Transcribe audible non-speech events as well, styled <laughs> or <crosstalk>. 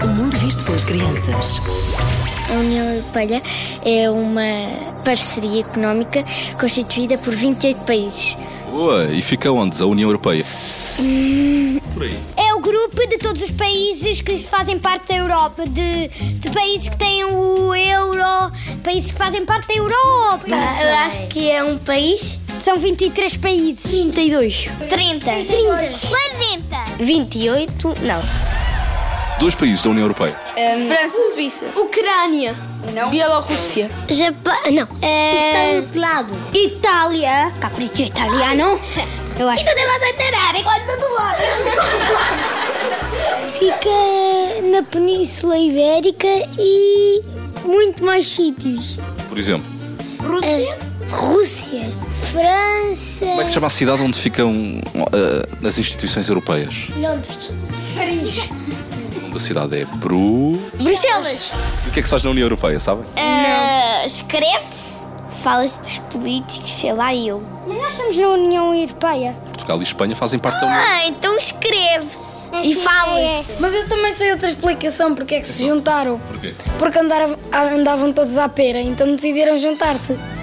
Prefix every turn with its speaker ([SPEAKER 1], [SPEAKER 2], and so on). [SPEAKER 1] é
[SPEAKER 2] das crianças.
[SPEAKER 3] A União Europeia é uma parceria económica constituída por 28 países.
[SPEAKER 4] Boa, e fica onde a União Europeia?
[SPEAKER 1] É o grupo de todos os países que fazem parte da Europa, de, de países que têm o euro, países que fazem parte da Europa.
[SPEAKER 3] Eu acho que é um país.
[SPEAKER 1] São 23 países.
[SPEAKER 3] 32.
[SPEAKER 1] 30. 30. 40.
[SPEAKER 3] 28? Não.
[SPEAKER 4] Dois países da União Europeia.
[SPEAKER 5] França, Suíça,
[SPEAKER 1] Ucrânia.
[SPEAKER 5] Bielorrússia.
[SPEAKER 3] Japão. Não.
[SPEAKER 1] É... Está do lado. Itália.
[SPEAKER 3] Capriccio italiano. Eu acho
[SPEAKER 1] Não devo alterar, é quase do lado. <laughs> Fica na Península Ibérica e muito mais sítios.
[SPEAKER 4] Por exemplo,
[SPEAKER 1] Rússia? Rússia. França.
[SPEAKER 4] como é que se chama a cidade onde ficam ah, as instituições europeias?
[SPEAKER 1] Londres. Paris.
[SPEAKER 4] O nome da cidade é Peru.
[SPEAKER 1] Bruxelas.
[SPEAKER 4] E o que é que se faz na União Europeia, sabem?
[SPEAKER 1] Eh, Escreve-se. Fala-se dos políticos, sei lá eu. Mas nós estamos na União Europeia.
[SPEAKER 4] Portugal e Espanha fazem parte da União.
[SPEAKER 1] Ah, então escreve-se. E fala-se.
[SPEAKER 5] Mas eu também sei outra explicação porque é que se juntaram.
[SPEAKER 4] Porquê?
[SPEAKER 5] Porque andaram- a- andavam todos à pera, então decidiram juntar-se.